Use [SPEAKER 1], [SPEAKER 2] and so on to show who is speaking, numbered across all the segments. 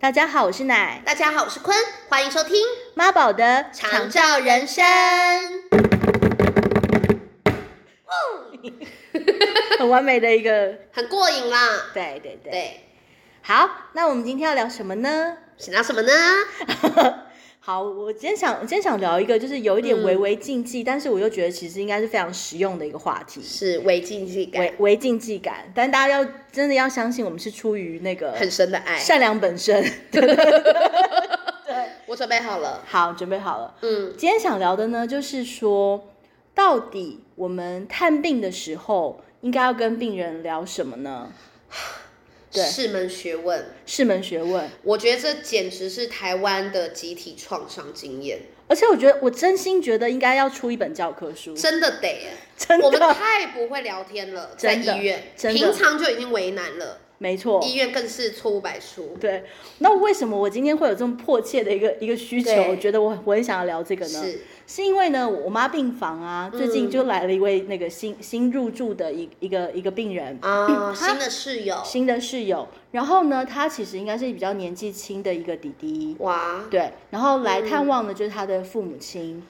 [SPEAKER 1] 大家好，我是奶
[SPEAKER 2] 大家好，我是坤，欢迎收听《
[SPEAKER 1] 妈宝的
[SPEAKER 2] 长照人生》。
[SPEAKER 1] 很完美的一个，
[SPEAKER 2] 很过瘾啦。
[SPEAKER 1] 对对对。
[SPEAKER 2] 对，
[SPEAKER 1] 好，那我们今天要聊什么呢？
[SPEAKER 2] 想到什么呢？
[SPEAKER 1] 好，我今天想，我今天想聊一个，就是有一点
[SPEAKER 2] 嗯
[SPEAKER 1] 微微禁忌，但是我又觉得其实应该是非常实用的一个话题，
[SPEAKER 2] 是违禁忌感
[SPEAKER 1] 微，微禁忌感。但大家要真的要相信，我们是出于那个
[SPEAKER 2] 很深的爱。
[SPEAKER 1] 善良本身。
[SPEAKER 2] 我准备好了。
[SPEAKER 1] 好，准备好了。
[SPEAKER 2] 嗯，
[SPEAKER 1] 今天想聊的呢，就是说，到底我们探病的时候应该要跟病人聊什么呢？对
[SPEAKER 2] 是门学问，
[SPEAKER 1] 是门学问。
[SPEAKER 2] 我觉得这简直是台湾的集体创伤经验，
[SPEAKER 1] 而且我觉得，我真心觉得应该要出一本教科书，
[SPEAKER 2] 真的得耶。
[SPEAKER 1] 嗯真
[SPEAKER 2] 我们
[SPEAKER 1] 的，
[SPEAKER 2] 太不会聊天了，在
[SPEAKER 1] 真的
[SPEAKER 2] 医院，
[SPEAKER 1] 真的哦
[SPEAKER 2] 平常就已经为难了，
[SPEAKER 1] 没错。
[SPEAKER 2] 医院更是错误百出。
[SPEAKER 1] 对，那为什么我今天会有这么迫切的一个一个需求？
[SPEAKER 2] 对
[SPEAKER 1] 我觉得我我很想要聊这个呢，
[SPEAKER 2] 是，嗯
[SPEAKER 1] 是因为呢，我妈病房啊，最近就来了一位那个新新入住的一一个一个病人，
[SPEAKER 2] 啊，新的室友，
[SPEAKER 1] 新的室友。然后呢，他其实应该是比较年纪轻的一个弟弟，
[SPEAKER 2] 哇，
[SPEAKER 1] 对，然后来
[SPEAKER 2] 嗯
[SPEAKER 1] 探望的就是他的父母亲，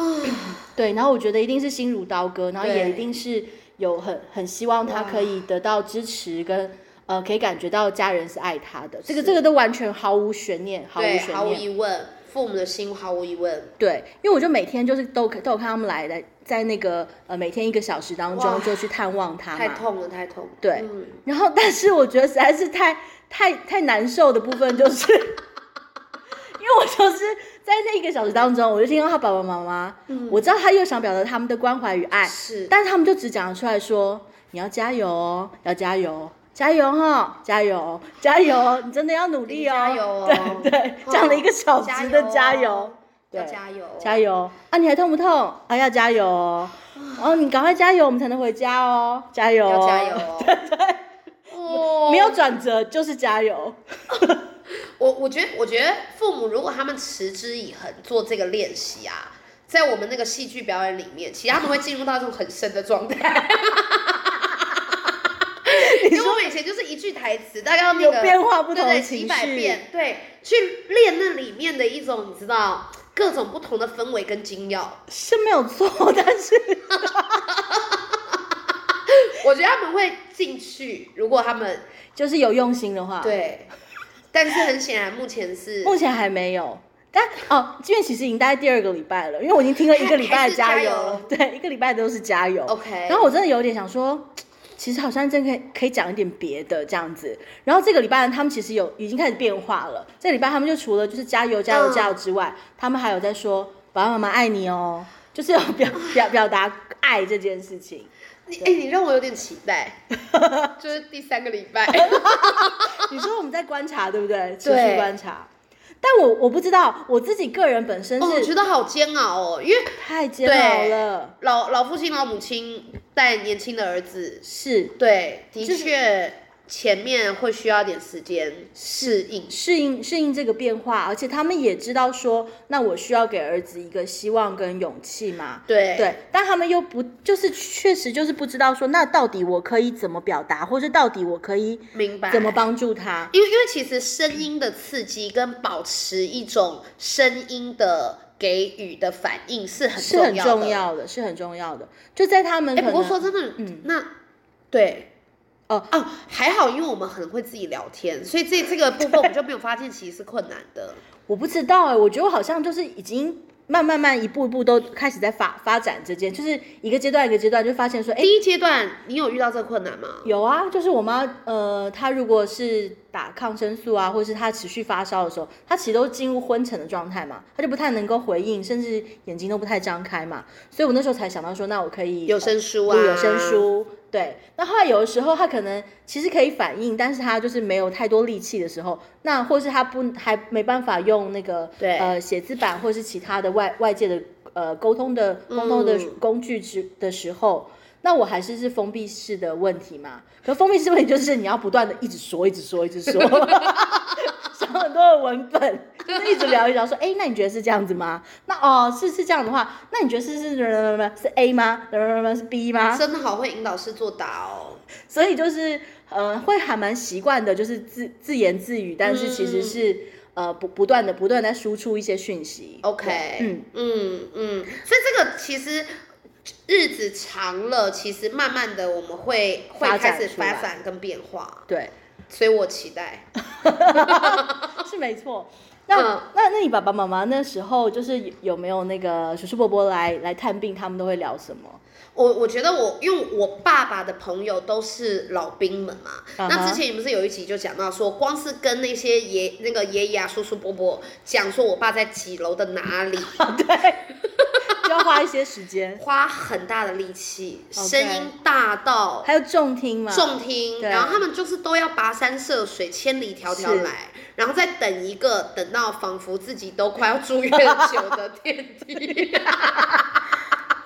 [SPEAKER 1] 对，然后我觉得一定是心如刀割，然后也
[SPEAKER 2] 啊对
[SPEAKER 1] 一定是有很很希望他
[SPEAKER 2] 哇
[SPEAKER 1] 可以得到支持跟呃，可以感觉到家人是爱他的，这个这个都完全毫无悬念，毫无
[SPEAKER 2] 对，
[SPEAKER 1] 悬
[SPEAKER 2] 毫无
[SPEAKER 1] 念，
[SPEAKER 2] 疑问，父母的心毫无疑问，
[SPEAKER 1] 对，因为我就每天就是都都有看他们来来在那个呃每天一个小时当中就去探望他
[SPEAKER 2] 太
[SPEAKER 1] 嘛，
[SPEAKER 2] 痛了，太痛。
[SPEAKER 1] 对
[SPEAKER 2] 嗯
[SPEAKER 1] 然后，但是我觉得实在是太太太难受的部分，就是 因为我就是在那一个小时当中，我就听到他爸爸妈妈，我知道他又想表达他们的关怀与爱，
[SPEAKER 2] 嗯是，
[SPEAKER 1] 但是他们就只讲出来说：“你要加油哦，要加油哦，加油哈、哦，加油哦，加油哦，你真的要努
[SPEAKER 2] 你
[SPEAKER 1] 力哦。”
[SPEAKER 2] 加油哦， 嗯
[SPEAKER 1] 对对，讲了一个小时的加油，
[SPEAKER 2] 要
[SPEAKER 1] 对
[SPEAKER 2] 加油，
[SPEAKER 1] 加，油啊！你还痛不痛？啊，要加油 哦！哦，你赶快加油，我们才能回家哦，加油、哦，
[SPEAKER 2] 要加油，哦。哦
[SPEAKER 1] 没有转折就是加油。
[SPEAKER 2] 我我觉得，我觉得父母如果他们持之以恒做这个练习啊，在我们那个戏剧表演里面，其实他们会进入到一种很深的状态。 因为我们以前就是一句台词，大概要那
[SPEAKER 1] 有
[SPEAKER 2] 个
[SPEAKER 1] 变化不同的
[SPEAKER 2] 对对
[SPEAKER 1] 情绪
[SPEAKER 2] 几百遍，对，去练那里面的一种，你知道各种不同的氛围跟精要。
[SPEAKER 1] 是没有错， 但是
[SPEAKER 2] 我觉得他们会进去，如果他们
[SPEAKER 1] 就是有用心的话，，
[SPEAKER 2] 对，但是很显然目前是
[SPEAKER 1] 啊目前还没有。但哦，因为其实已经大概第二个礼拜了，因为我已经听了一个礼拜的
[SPEAKER 2] 还还是
[SPEAKER 1] 油
[SPEAKER 2] 加油
[SPEAKER 1] 了， 对，一个礼拜都是加油。
[SPEAKER 2] OK，
[SPEAKER 1] 然后我真的有点想说，其实好像真可以可以讲一点别的这样子。然后这个礼拜呢他们其实有已经开始变化了，这个礼拜他们就除了就是加油加油
[SPEAKER 2] 嗯
[SPEAKER 1] 加油之外，他们还有在说爸爸妈妈爱你哦，就是要 表表表达爱这件事情。
[SPEAKER 2] 你哎、你让我有点期 待，就是第三个礼拜，
[SPEAKER 1] 你说我们在观察，对不对？持续
[SPEAKER 2] 对
[SPEAKER 1] 观察。但我我不知道，我自己个人本身
[SPEAKER 2] 哦我
[SPEAKER 1] 是
[SPEAKER 2] 觉得好煎熬哦，因为
[SPEAKER 1] 太煎熬了，
[SPEAKER 2] 老老父亲老母亲带年轻的儿子，
[SPEAKER 1] 是
[SPEAKER 2] 对，的
[SPEAKER 1] 就是
[SPEAKER 2] 确前面会需要点时间适应，
[SPEAKER 1] 适应适应这个变化，而且他们也知道说，那我需要给儿子一个希望跟勇气嘛。
[SPEAKER 2] 对
[SPEAKER 1] 对，但他们又不就是确实就是不知道说，那到底我可以怎么表达，或者到底我可以
[SPEAKER 2] 明白
[SPEAKER 1] 怎么？帮助他？
[SPEAKER 2] 因为因为其实声音的刺激跟保持一种声音的给予的反应是很
[SPEAKER 1] 是很
[SPEAKER 2] 重要的。
[SPEAKER 1] 重要的，是很重要的。就在他们
[SPEAKER 2] 哎、
[SPEAKER 1] 可
[SPEAKER 2] 不过
[SPEAKER 1] 能
[SPEAKER 2] 说真的，那
[SPEAKER 1] 嗯
[SPEAKER 2] 对。
[SPEAKER 1] 哦
[SPEAKER 2] 哦，还好，因为我们很会自己聊天，所以这这个部分我们就没有发现其实是困难的。
[SPEAKER 1] 我不知道哎、我觉得我好像就是已经慢慢慢一步一步都开始在发发展这件，就是一个阶段一个阶段就发现说， 哎、
[SPEAKER 2] 第一阶段，你有遇到这个困难吗？
[SPEAKER 1] 有啊，就是我妈呃，她如果是打抗生素啊，或是她持续发烧的时候，她其实都进入昏沉的状态嘛，她就不太能够回应，甚至眼睛都不太张开嘛，所以我那时候才想到说，那我可以
[SPEAKER 2] 有声书
[SPEAKER 1] 录
[SPEAKER 2] 啊，
[SPEAKER 1] 有声，书。对，那后来有的时候他可能其实可以反应，但是他就是没有太多力气的时候，那或是他不还没办法用那个
[SPEAKER 2] 对
[SPEAKER 1] 呃写字板或是其他的外外界的呃沟通的沟通的
[SPEAKER 2] 嗯
[SPEAKER 1] 工具之的时候，那我还是是封闭式的问题嘛。可封闭式问题就是你要不断的一直说，一直说，一直说，上很多的文本，就是一直聊一聊，说，哎、那你觉得是这样子吗？那哦，是是这样的话，那你觉得是是是 A 吗？是 B 吗？
[SPEAKER 2] 真的好会引导式作答哦。
[SPEAKER 1] 所以就是呃，会还蛮习惯的，就是自自言自语，但是其实是、呃不不断的不断地在输出一些讯息。
[SPEAKER 2] OK，
[SPEAKER 1] 嗯
[SPEAKER 2] 嗯嗯，所以这个其实日子长了，其实慢慢的我们会会
[SPEAKER 1] 发
[SPEAKER 2] 开
[SPEAKER 1] 展
[SPEAKER 2] 始
[SPEAKER 1] 出
[SPEAKER 2] 发
[SPEAKER 1] 来
[SPEAKER 2] 展跟变化，
[SPEAKER 1] 对，
[SPEAKER 2] 所以我期待。
[SPEAKER 1] 是没错。那、
[SPEAKER 2] 嗯
[SPEAKER 1] 那那你爸爸妈妈那时候就是有有没有那个叔叔伯伯来来探病，他们都会聊什么？
[SPEAKER 2] 我我觉得我因为我爸爸的朋友都是老兵们嘛
[SPEAKER 1] 嗯哼
[SPEAKER 2] 那之前你不是有一集就讲到说，光是跟那些爷那个爷爷啊、叔叔伯伯讲说我爸在几楼的哪里，
[SPEAKER 1] 就要花一些时间，
[SPEAKER 2] 花很大的力气，
[SPEAKER 1] OK
[SPEAKER 2] 声音大到
[SPEAKER 1] 还有重听嘛？
[SPEAKER 2] 重听，
[SPEAKER 1] 嗯对
[SPEAKER 2] 然后他们就是都要跋山涉水、千里迢迢
[SPEAKER 1] 是
[SPEAKER 2] 来，然后再等一 个等到仿佛自己都快要住院久的电 梯，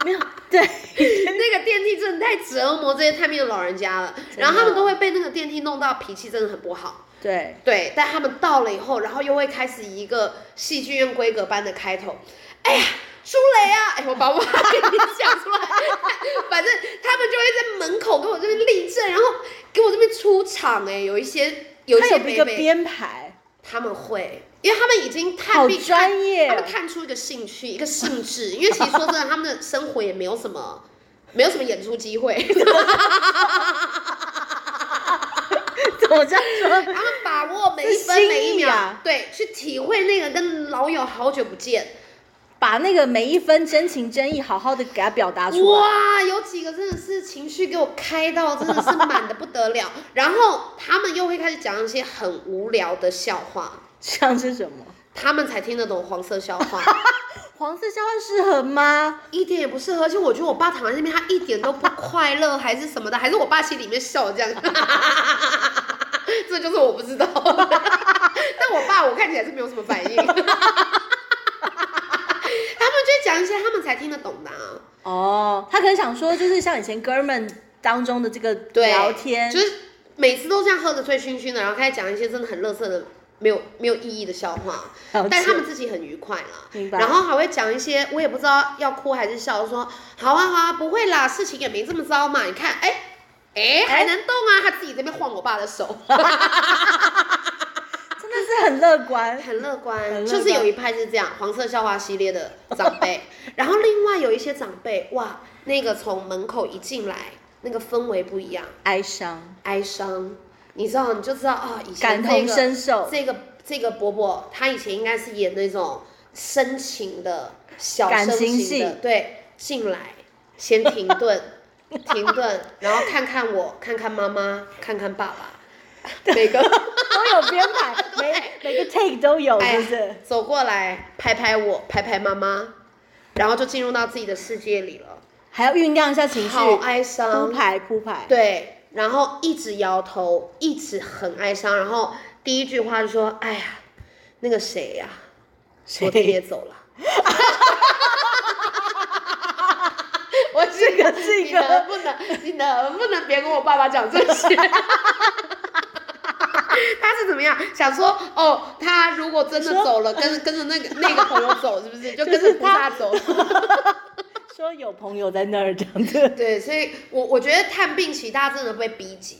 [SPEAKER 1] 没有对，
[SPEAKER 2] 那个电梯真的太折磨这些探病的老人家了。
[SPEAKER 1] 真的
[SPEAKER 2] 然后他们都会被那个电梯弄到脾气真的很不好。
[SPEAKER 1] 对，
[SPEAKER 2] 对，但他们到了以后，然后又会开始一个戏剧院规格般的开头。哎呀，舒雷啊！哎，我把我 把给你讲出来， 反正他们就会在门口跟我这边立正，然后给我这边出场、哎，有一些有一
[SPEAKER 1] 他
[SPEAKER 2] 些
[SPEAKER 1] 有一
[SPEAKER 2] 北
[SPEAKER 1] 个
[SPEAKER 2] 北，
[SPEAKER 1] 编排，
[SPEAKER 2] 他们会，因为他们已经探
[SPEAKER 1] 好
[SPEAKER 2] 病看
[SPEAKER 1] 专业啊
[SPEAKER 2] 他，们看出一个兴趣，一个兴致，因为其实说真的，他们的生活也没有什么， 没有什么演出机会。
[SPEAKER 1] 怎么这样说？
[SPEAKER 2] 他们把握每一
[SPEAKER 1] 是
[SPEAKER 2] 分
[SPEAKER 1] 心
[SPEAKER 2] 每一
[SPEAKER 1] 意
[SPEAKER 2] 秒，
[SPEAKER 1] 啊
[SPEAKER 2] 对，去体会那个跟老友好久不见。
[SPEAKER 1] 把那个每一分真情真意好好的给他表达出来。
[SPEAKER 2] 哇，有几个真的是情绪给我开到真的是满的不得了， 然后他们又会开始讲一些很无聊的笑话，
[SPEAKER 1] 像是什么？
[SPEAKER 2] 他们才听得懂黄色笑话，
[SPEAKER 1] 黄色笑话适合吗？
[SPEAKER 2] 一点也不适合。而且我觉得我爸躺在那边，他一点都不快乐，还是什么的， 还是我爸心里面笑这样， 这就是我不知道。 但我爸我看起来是没有什么反应， 他们就讲一些他们才听得懂的、啊。
[SPEAKER 1] 哦，他可能想说，就是像以前哥们当中的这个
[SPEAKER 2] 对，
[SPEAKER 1] 聊天，
[SPEAKER 2] 就是每次都这样喝得醉醺醺的，然后开始讲一些真的很垃圾的、没有没有意义的笑话，
[SPEAKER 1] 了解
[SPEAKER 2] 但他们自己很愉快啦。
[SPEAKER 1] 明白。
[SPEAKER 2] 然后还会讲一些我也不知道要哭还是笑，说好啊好啊，不会啦，事情也没这么糟嘛。你看，哎哎还能动啊，他自己这边晃我爸的手，
[SPEAKER 1] 真的是很乐观，
[SPEAKER 2] 很乐观。
[SPEAKER 1] 很乐
[SPEAKER 2] 就
[SPEAKER 1] 观
[SPEAKER 2] 是有一派是这样黄色笑话系列的长 辈，然后另外有一些长辈哇，那个从门口一进来，那个氛围不一样。
[SPEAKER 1] 哀伤，
[SPEAKER 2] 哀伤，你知道你就知道啊、以
[SPEAKER 1] 感
[SPEAKER 2] 前这
[SPEAKER 1] 同
[SPEAKER 2] 个
[SPEAKER 1] 身受，
[SPEAKER 2] 这个这个伯伯，他以前应该是演那种深情的小
[SPEAKER 1] 感
[SPEAKER 2] 深
[SPEAKER 1] 情
[SPEAKER 2] 情的，
[SPEAKER 1] 戏
[SPEAKER 2] 对，进来先停 顿，停顿，然后看看我，看看妈妈，看看爸爸，每 个
[SPEAKER 1] 都有编排， 每每个 take 都有，
[SPEAKER 2] 哎
[SPEAKER 1] 是不是？
[SPEAKER 2] 走过来拍拍我，拍拍妈妈，然后就进入到自己的世界里了，
[SPEAKER 1] 还要酝酿一下情绪，
[SPEAKER 2] 好哀
[SPEAKER 1] 铺
[SPEAKER 2] 伤，
[SPEAKER 1] 排铺排，
[SPEAKER 2] 对，然后一直摇头，一直很哀伤，然后第一句话就说：“哎呀，那个谁呀、昨天也
[SPEAKER 1] 谁？
[SPEAKER 2] 走了。
[SPEAKER 1] 我这个是
[SPEAKER 2] 你
[SPEAKER 1] 一个
[SPEAKER 2] 能不能，你能不能别跟我爸爸讲这些？他是怎么样想说？哦，他如果真的
[SPEAKER 1] 说
[SPEAKER 2] 走了，跟跟着那个那个朋友走，是不是就
[SPEAKER 1] 就
[SPEAKER 2] 跟着
[SPEAKER 1] 是
[SPEAKER 2] 菩
[SPEAKER 1] 他
[SPEAKER 2] 萨走？
[SPEAKER 1] 说有朋友在那儿这样子，
[SPEAKER 2] 对，所以我我觉得探病期大家真的被逼急。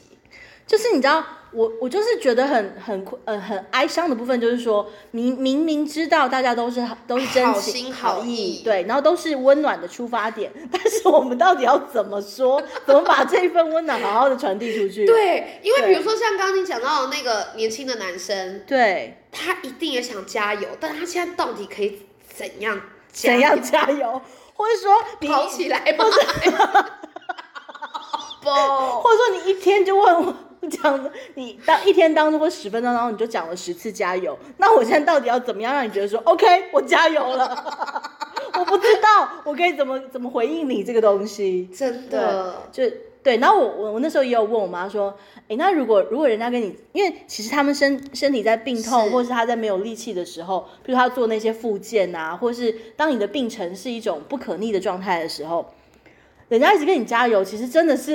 [SPEAKER 1] 就是你知道，我我就是觉得很很呃很哀伤的部分，就是说明明明知道大家都是都是真
[SPEAKER 2] 好
[SPEAKER 1] 情
[SPEAKER 2] 心好意
[SPEAKER 1] 对，然后都是温暖的出发点， 但是我们到底要怎么 说，怎么把这一份温暖好好的传递出去？
[SPEAKER 2] 对，因为比
[SPEAKER 1] 对
[SPEAKER 2] 如说像刚刚你讲到的那个年轻的男生，
[SPEAKER 1] 对，
[SPEAKER 2] 他一定也想加油，但他现在到底可以怎样加油？
[SPEAKER 1] 怎样加油，或者说你
[SPEAKER 2] 跑起来吗？ 不，
[SPEAKER 1] 或者说你一天就问我讲，你当一天当中或十分钟当中你就讲了十次加油，那我现在到底要怎么样让你觉得说 OK 我加油了？ 我不知道我可以怎么怎么回应你这个东西，
[SPEAKER 2] 真
[SPEAKER 1] 对
[SPEAKER 2] 的，，
[SPEAKER 1] 就对。然后我我我那时候也有问我妈说，诶，那如果如果人家跟你，因为其实他们身身体在病痛，
[SPEAKER 2] 是
[SPEAKER 1] 或是他在没有力气的时候，比如他做那些复健啊，或是当你的病程是一种不可逆的 状态的时候，人家一直跟你加油，其实真的是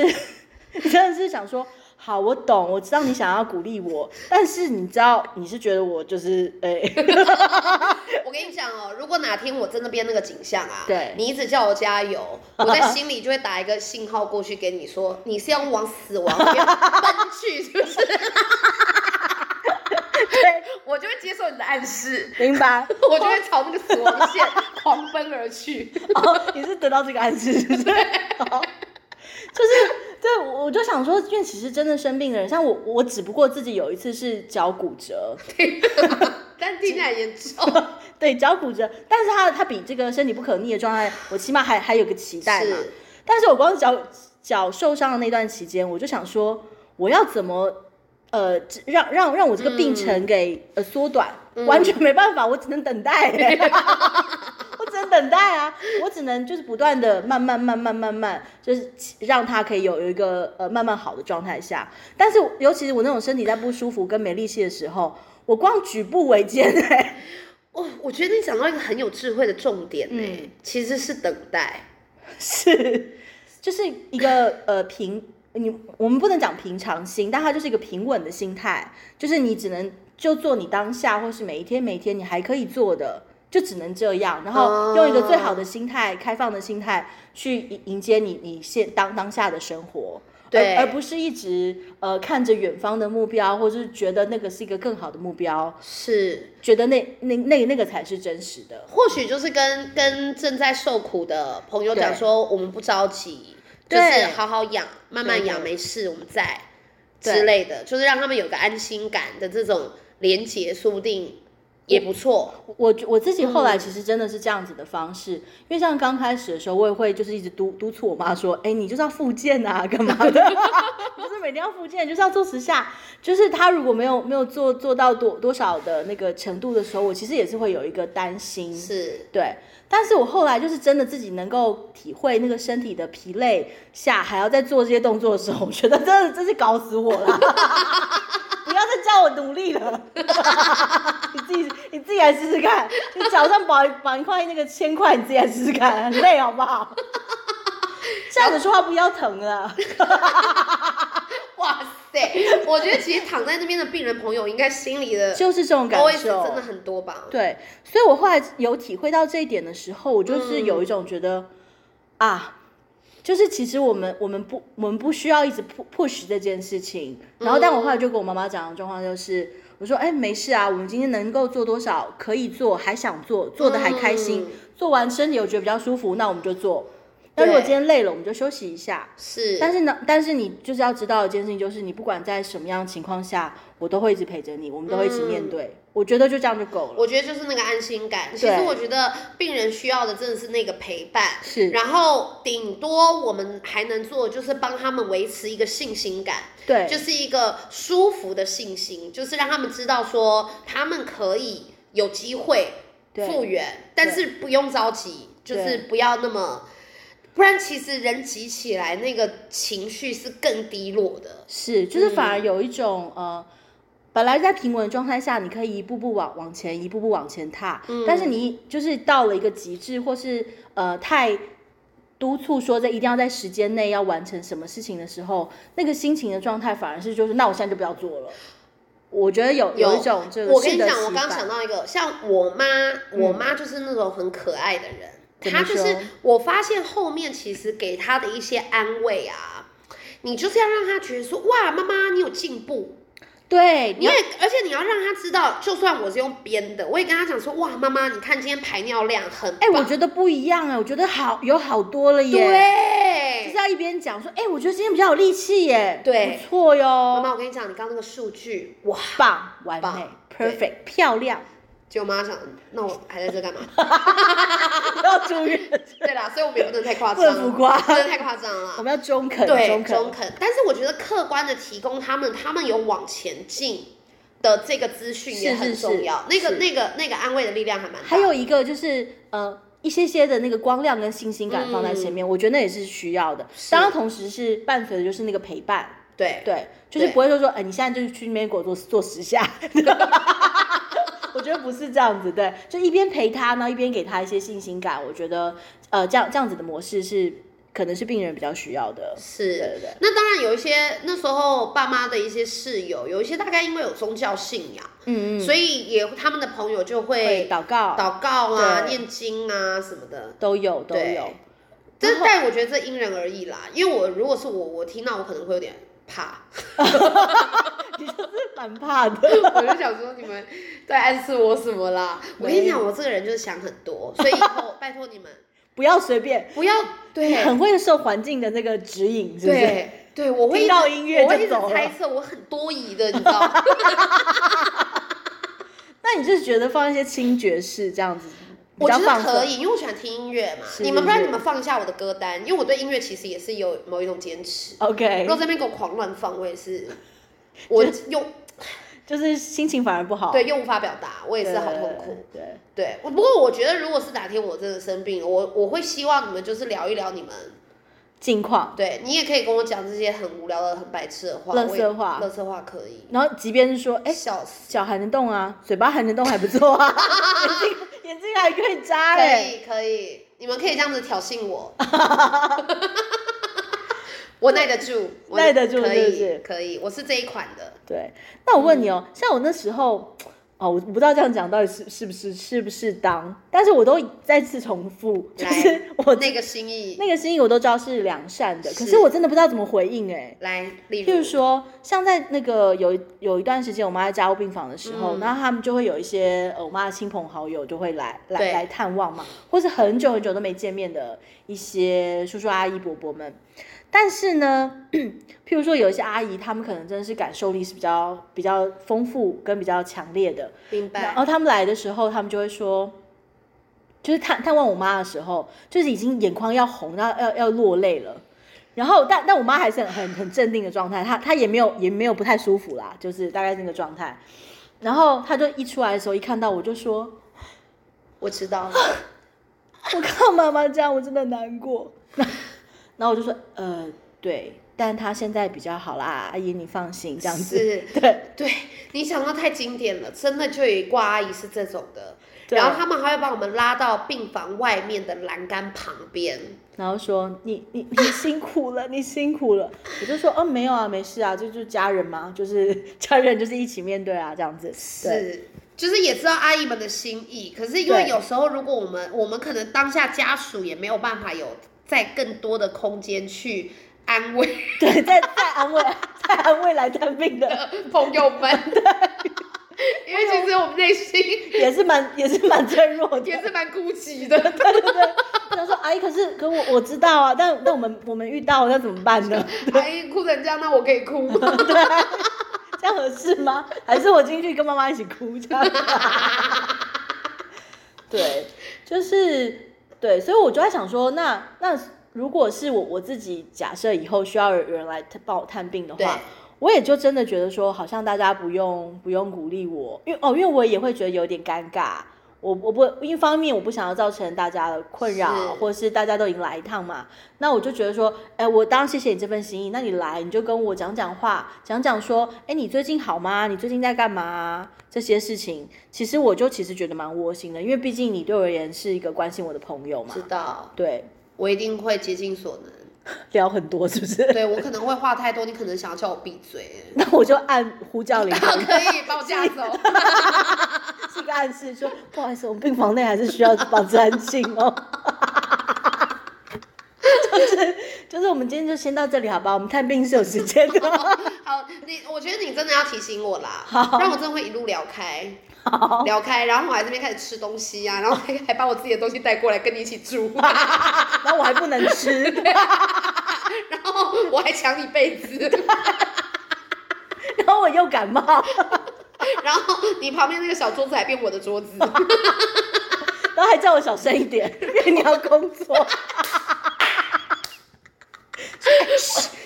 [SPEAKER 1] 真的是想说。好，我懂，我知道你想要鼓励我，但是你知道你是觉得我就是哎，
[SPEAKER 2] 我跟你讲哦，如果哪天我真的变那个景象啊，
[SPEAKER 1] 对
[SPEAKER 2] 你一直叫我加油，我 在心里就会打一个信号过去给你说，你是要往死亡那边奔去，是不是？ 对，我就会接受你的暗示，
[SPEAKER 1] 明白？
[SPEAKER 2] 我就会朝那个死亡线狂奔而去。
[SPEAKER 1] 哦， 你是得到这个暗示，是不是？好就是对，我就想说，因为其实真的生病的人，像我，我只不过自己有一次是脚骨折，
[SPEAKER 2] 但听起来很严重，
[SPEAKER 1] 对，脚骨折，但是它它比这个身体不可逆的状态，我起码还还有个期待嘛。
[SPEAKER 2] 是
[SPEAKER 1] 但 是我光脚脚受伤的那段期间，我就想说，我要怎么呃只让让让我这个病程给、呃缩短，完全没办法，我只能等待、 我只能等待啊，我只能就是不断的慢慢慢慢慢慢，就是让它可以有有一个呃慢慢好的状态下。但是尤其是我那种身体在不舒服跟没力气的时候，我光举步维艰 哎、
[SPEAKER 2] 哦，我觉得你讲到一个很有智慧的重点呢、
[SPEAKER 1] 嗯
[SPEAKER 2] 其实是等待。
[SPEAKER 1] 是，就是一个呃平，你我们不能讲平常心，但它就是一个平稳的心态，就是你只能就做你当下或是每一天每一天你还可以做的，就只能这样，然后用一个最好的心态、开放的心态去迎迎接你你现当当下的生活。
[SPEAKER 2] 对
[SPEAKER 1] 而而不是一直呃看着远方的目标，或者是觉得那个是一个更好的目标，
[SPEAKER 2] 是，
[SPEAKER 1] 觉得那那那那个才是真实的。
[SPEAKER 2] 或许就是跟跟正在受苦的朋友讲
[SPEAKER 1] 对
[SPEAKER 2] 说，我们不着急，就
[SPEAKER 1] 对
[SPEAKER 2] 是好好养，慢慢养，
[SPEAKER 1] 对
[SPEAKER 2] 没事，我们在
[SPEAKER 1] 对
[SPEAKER 2] 之类的，就是让他们有个安心感的这种连结，说不定也不错。
[SPEAKER 1] 我觉我自己后来其实真的是这样子的方式，因为像刚开始的时候，我也会就是一直督督促我妈说，哎，你就是要复健啊，干嘛的？ 你就是每天要复健，就是要做十下。就是她如果没有没有做做到多多少的那个程度的时候，我其实也是会有一个担心。
[SPEAKER 2] 是，
[SPEAKER 1] 对，但嗯是我后来就是真的自己能够体会那个身体的疲累下，还要再做这些动作的时候，我觉得真的真是搞死我了。 不要再叫我努力了， 你自己你自己来试试看，你脚上绑一绑一块那个铅块，你自己来试试看，很累好不好？ 站着说话不腰疼 了，
[SPEAKER 2] 哇塞，我觉得其实躺在那边的病人朋友，应该心里的
[SPEAKER 1] 就是这种感
[SPEAKER 2] OS
[SPEAKER 1] 受，
[SPEAKER 2] 真的很多吧？
[SPEAKER 1] 对，所以我后来有体会到这一点的时候，我就是
[SPEAKER 2] 嗯
[SPEAKER 1] 有一种觉得、啊，就是其实我们我们不我们不需要一直 pu- push 这件事情。然后，但我后来就跟我妈妈讲的状况就是，我说哎没事啊，我们今天能够做多少可以做，还想做，做的还开心，
[SPEAKER 2] 嗯
[SPEAKER 1] 做完身体我觉得比较舒服，那我们就做。那如果
[SPEAKER 2] 对
[SPEAKER 1] 今天累了，我们就休息一下。
[SPEAKER 2] 是，
[SPEAKER 1] 但是呢，但是你就是要知道一件事情，就是你不管在什么样的情况下，我都会一直陪着你，我们都会一起面
[SPEAKER 2] 嗯
[SPEAKER 1] 对。我觉得就这样就够了。
[SPEAKER 2] 我觉得就是那个安心感。其实我觉得病人需要的真的是那个陪伴，
[SPEAKER 1] 是
[SPEAKER 2] 然后顶多我们还能做的就是帮他们维持一个信心感，
[SPEAKER 1] 对，
[SPEAKER 2] 就是一个舒服的信心，就是让他们知道说他们可以有机会
[SPEAKER 1] 对
[SPEAKER 2] 复原，但是不用着急，就是不要那么。不然，其实人急起来，那个情绪是更低落的。
[SPEAKER 1] 是，就是
[SPEAKER 2] 嗯
[SPEAKER 1] 反而有一种、呃，本来在平稳的状态下，你可以一步步往往前，一步步往前踏，
[SPEAKER 2] 嗯
[SPEAKER 1] 但是你就是到了一个极致，或是呃太督促说这一定要在时间内要完成什么事情的时候，那个心情的状态反而是就是，那我现在就不要做了。我觉得有一种这个
[SPEAKER 2] 我跟你
[SPEAKER 1] 适得
[SPEAKER 2] 讲，
[SPEAKER 1] 其
[SPEAKER 2] 我刚
[SPEAKER 1] 反
[SPEAKER 2] 想到一个，像我妈，我妈就是那种很可爱的
[SPEAKER 1] 嗯
[SPEAKER 2] 人，
[SPEAKER 1] 怎
[SPEAKER 2] 她
[SPEAKER 1] 么
[SPEAKER 2] 就是
[SPEAKER 1] 说
[SPEAKER 2] 我发现后面其实给她的一些安慰啊，你就是要让她觉得说，哇，妈妈你有进步，
[SPEAKER 1] 对，你
[SPEAKER 2] 因为而且你要让她知道，就算我是用编的，我也跟她讲说，哇，妈妈你看今天排尿量很
[SPEAKER 1] 哎、我
[SPEAKER 2] 棒，
[SPEAKER 1] 觉得不一样哎、我觉得好有好多了耶。就
[SPEAKER 2] 对
[SPEAKER 1] 是，要一边讲说，哎、我觉得今天比较有力气耶，
[SPEAKER 2] 对
[SPEAKER 1] 不错哟。
[SPEAKER 2] 妈妈我跟你讲，你刚刚那个数据，哇，
[SPEAKER 1] 棒，完
[SPEAKER 2] 棒
[SPEAKER 1] 美
[SPEAKER 2] 对
[SPEAKER 1] ，perfect，漂亮，
[SPEAKER 2] 结果妈妈想，那我还在这干嘛？
[SPEAKER 1] 要住院，
[SPEAKER 2] 对啦，所以我们也不能太夸
[SPEAKER 1] 不
[SPEAKER 2] 张，
[SPEAKER 1] 能浮夸
[SPEAKER 2] 不能太夸张了。
[SPEAKER 1] 我们要中肯，
[SPEAKER 2] 对
[SPEAKER 1] 中肯，
[SPEAKER 2] 但是我觉得客观的提供他们，他们有往前进的这个资讯也
[SPEAKER 1] 是是
[SPEAKER 2] 很重要。
[SPEAKER 1] 是
[SPEAKER 2] 那个
[SPEAKER 1] 是
[SPEAKER 2] 那个那个安慰的力量还蛮大。
[SPEAKER 1] 还有一个就是呃一些些的那个光亮跟信心感放在前面，我觉得那也是需要的。当然，同时是伴随的就是那个陪伴，
[SPEAKER 2] 对
[SPEAKER 1] 对，就是
[SPEAKER 2] 对
[SPEAKER 1] 不会说说，哎、你现在就去那边给我做做十下。 我觉得不是这样子，对，就一边陪他，然后一边给他一些信心感。我觉得，呃，这样这样子的模式是可能是病人比较需要的。
[SPEAKER 2] 是
[SPEAKER 1] 对对
[SPEAKER 2] 那当然有一些那时候爸妈的一些室友，有一些大概因为有宗教信仰，
[SPEAKER 1] 嗯嗯，
[SPEAKER 2] 所以也他们的朋友就
[SPEAKER 1] 会
[SPEAKER 2] 会
[SPEAKER 1] 祷告
[SPEAKER 2] 祷告啊、
[SPEAKER 1] 对
[SPEAKER 2] 念经啊什么的。
[SPEAKER 1] 都有都
[SPEAKER 2] 对
[SPEAKER 1] 有，
[SPEAKER 2] 这但我觉得这因人而异啦，因为我如果是我，我听到我可能会有点怕，
[SPEAKER 1] 你就是蛮怕的。
[SPEAKER 2] 我就想说你们在暗示我什么啦？我跟你讲，我这个人就是想很多，所以以 后拜托你们
[SPEAKER 1] 不要随便，
[SPEAKER 2] 不要
[SPEAKER 1] 你
[SPEAKER 2] 对
[SPEAKER 1] 很会受环境的那个指引，是不是？
[SPEAKER 2] 对对，我会一
[SPEAKER 1] 听
[SPEAKER 2] 直
[SPEAKER 1] 到音乐
[SPEAKER 2] 我会
[SPEAKER 1] 就
[SPEAKER 2] 一直
[SPEAKER 1] 走了
[SPEAKER 2] 猜测，我很多疑的，你知道 吗？
[SPEAKER 1] 那你就是觉得放一些轻爵士这样子比
[SPEAKER 2] 我
[SPEAKER 1] 较
[SPEAKER 2] 觉得
[SPEAKER 1] 放
[SPEAKER 2] 可
[SPEAKER 1] 松？
[SPEAKER 2] 以，因为我喜欢听音乐嘛。
[SPEAKER 1] 是
[SPEAKER 2] 你们不然
[SPEAKER 1] 是
[SPEAKER 2] 你们放一下我的歌单，因为我对音乐其实也是有某一种坚持。如
[SPEAKER 1] OK，
[SPEAKER 2] 果在那边给我狂乱放，我也是，我又
[SPEAKER 1] 就是心情反而不好。
[SPEAKER 2] 对又无法表达，我也
[SPEAKER 1] 对，
[SPEAKER 2] 是好痛苦。
[SPEAKER 1] 对，
[SPEAKER 2] 对，我不过我觉得如果是哪天我真的生病了，我我会希望你们就是聊一聊你们，
[SPEAKER 1] 近况。
[SPEAKER 2] 对你也可以跟我讲这些很无聊的、很白痴的话，
[SPEAKER 1] 垃圾
[SPEAKER 2] 我也
[SPEAKER 1] 话
[SPEAKER 2] 垃圾话可以。
[SPEAKER 1] 然后即便是说，哎、
[SPEAKER 2] 笑死，
[SPEAKER 1] 脚还能动啊，嘴巴还能动，还不错啊， 眼睛眼睛还可以眨
[SPEAKER 2] 可
[SPEAKER 1] 嘞、
[SPEAKER 2] 以可以，你们可以这样子挑衅我， 我耐得住，我
[SPEAKER 1] 耐得住
[SPEAKER 2] 可
[SPEAKER 1] 是不
[SPEAKER 2] 以
[SPEAKER 1] 是
[SPEAKER 2] 可以，我是这一款的，
[SPEAKER 1] 对，那我问你
[SPEAKER 2] 嗯
[SPEAKER 1] 哦，像我那时候，哦，我不知道这样讲到底是是不是是不是当，但是我都再次重复， 就
[SPEAKER 2] 来
[SPEAKER 1] 是 我
[SPEAKER 2] 那个心意
[SPEAKER 1] 那个心意我都知道是良善的，可是
[SPEAKER 2] 是嗯
[SPEAKER 1] 我真的不知道怎么回应哎、
[SPEAKER 2] 来，例
[SPEAKER 1] 譬
[SPEAKER 2] 如
[SPEAKER 1] 如说，像在那个有一有一段时间，我妈在家务病房的时候，
[SPEAKER 2] 嗯
[SPEAKER 1] 然后他们就会有一些呃我妈的亲朋好友就会来来
[SPEAKER 2] 对
[SPEAKER 1] 来探望嘛，或是很久很久都没见面的一些叔叔阿姨伯伯们。但是呢，譬如说有一些阿姨，她们可能真的是感受力是比较比较丰富跟比较强烈的，
[SPEAKER 2] 明
[SPEAKER 1] 然
[SPEAKER 2] 白，
[SPEAKER 1] 后他们来的时候，他们就会说，就是探探望我妈的时候，就是已经眼眶要红，要要要落泪了。然后，但但我妈还是很很很镇定的状态，她她也没有也没有不太舒服啦，就是大概那个状态。然后她就一出来的时候，一看到我就说：“
[SPEAKER 2] 我知道了，
[SPEAKER 1] 我看妈妈这样，我真的难过。 然后我就说：“呃，对，但她现在比较好啦，阿姨你放心， 这样子。
[SPEAKER 2] 是”
[SPEAKER 1] 对，
[SPEAKER 2] 对你想到太经典了，真的就有一挂阿姨是这种的，
[SPEAKER 1] 对
[SPEAKER 2] 然后他们还会把我们拉到病房外面的栏杆旁边，
[SPEAKER 1] 然后说你你你辛苦了，你辛苦了。我就说哦，没有啊，没事啊，这就是家人嘛，就是 家人就是一起面对啊，这样子。对，
[SPEAKER 2] 是，就是也知道阿姨们的心意，可是因为
[SPEAKER 1] 对
[SPEAKER 2] 有时候如果我们我们可能当下家属也没有办法有在更多的空间去安慰
[SPEAKER 1] 对，在在安慰 在安慰来探病的，
[SPEAKER 2] 朋友们， 因为其实我们内心
[SPEAKER 1] 也是蛮也是蛮脆弱的。
[SPEAKER 2] 也是蛮孤寂的，
[SPEAKER 1] 对对对，他说阿哎姨，可是可我我知道啊，但但我们我们遇到那怎么办呢？
[SPEAKER 2] 阿姨哭成这样，那我可以 哭吗？
[SPEAKER 1] 这样合适吗？还是我进去跟妈妈一起哭这样？对，就是对，所以我就在想说，那那如果是我我自己假设以后需要有人来探帮我探病的
[SPEAKER 2] 对
[SPEAKER 1] 话，我也就真的觉得说，好像大家不用不用鼓励我，因为哦，因为我也会觉得有点尴尬。我我不一方面我不想要造成大家的困扰，
[SPEAKER 2] 是
[SPEAKER 1] 或是大家都已经来一趟嘛，那我就觉得说，哎，我当然谢谢你这份心意，那你来你就跟我讲讲话，讲讲说，哎，你最近好吗？你最近在干嘛啊？这些事情，其实我就其实觉得蛮窝心的，因为毕竟你对我而言是一个关心我的朋友嘛
[SPEAKER 2] 知，道，
[SPEAKER 1] 对，
[SPEAKER 2] 我一定会竭尽所能。
[SPEAKER 1] 聊很多是不是？
[SPEAKER 2] 对我可能会话太多，你可能想要叫我闭嘴，
[SPEAKER 1] 那我就按呼叫铃
[SPEAKER 2] 好，
[SPEAKER 1] 铛，
[SPEAKER 2] 可以把我架走。
[SPEAKER 1] 是一个暗示说，不好意思，我们病房内还是需要保持安静哦。 就是就是，我们今天就先到这里，好吧？我们探病是有时间的。哦
[SPEAKER 2] 好，你我觉得你真的要提醒我啦，
[SPEAKER 1] 好
[SPEAKER 2] 不然我真的会一路聊开，
[SPEAKER 1] 好，
[SPEAKER 2] 聊开，然后我还这边开始吃东西啊，然后还还把我自己的东西带过来跟你一起啊住，
[SPEAKER 1] 然后我还不能吃，
[SPEAKER 2] 然后我还抢你被 子，
[SPEAKER 1] 然后我又感冒，
[SPEAKER 2] 然后你旁边那个小桌子还变我 的桌子，哎
[SPEAKER 1] 然后还叫我小声一点，因为你要工作。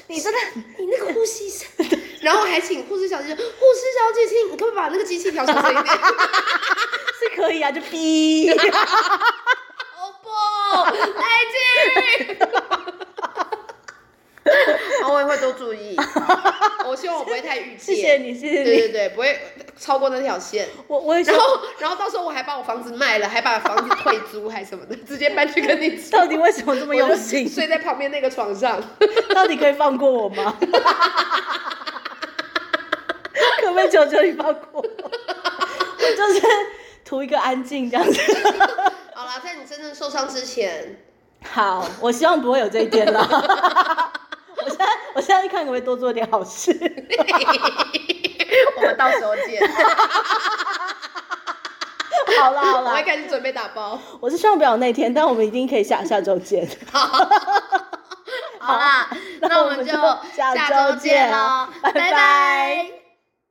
[SPEAKER 1] 你真的，
[SPEAKER 2] 你那个呼吸声， 然后还请护士小姐，护士小姐，请你可不可以把那个机器调小声一点？
[SPEAKER 1] 是可以啊，就逼。
[SPEAKER 2] 哦不，来 劲！ 好我也会多注意，我希望我不会太逾界。
[SPEAKER 1] 谢谢你，谢谢
[SPEAKER 2] 对
[SPEAKER 1] 你。
[SPEAKER 2] 对对，不会超过那条线，
[SPEAKER 1] 我我也想
[SPEAKER 2] 然，后然后到时候我还把我房子卖了，还把房子退租还什么 的，直接搬去跟你住，
[SPEAKER 1] 到底为什么这么用
[SPEAKER 2] 我
[SPEAKER 1] 心
[SPEAKER 2] 就？睡 在旁边那个床上。
[SPEAKER 1] 到底可以放过我吗？可不可以求求你放过我？我就是图一个安静这样子。
[SPEAKER 2] 好啦，在你真正受伤之 前，
[SPEAKER 1] 好，我希望不会有这一天啦。我现在我现在看可不可以多做点好事。
[SPEAKER 2] 我们到时候见。
[SPEAKER 1] 好啦好
[SPEAKER 2] 我会
[SPEAKER 1] 啦，
[SPEAKER 2] 开始准备打包。
[SPEAKER 1] 我是希望不要有那一天，但我们一定可以下下周见。
[SPEAKER 2] 好啦，那我们 就
[SPEAKER 1] 那我们就下
[SPEAKER 2] 下周
[SPEAKER 1] 周
[SPEAKER 2] 见
[SPEAKER 1] 见
[SPEAKER 2] 喽
[SPEAKER 1] 哦，
[SPEAKER 2] 拜
[SPEAKER 1] 拜
[SPEAKER 2] 拜
[SPEAKER 1] 拜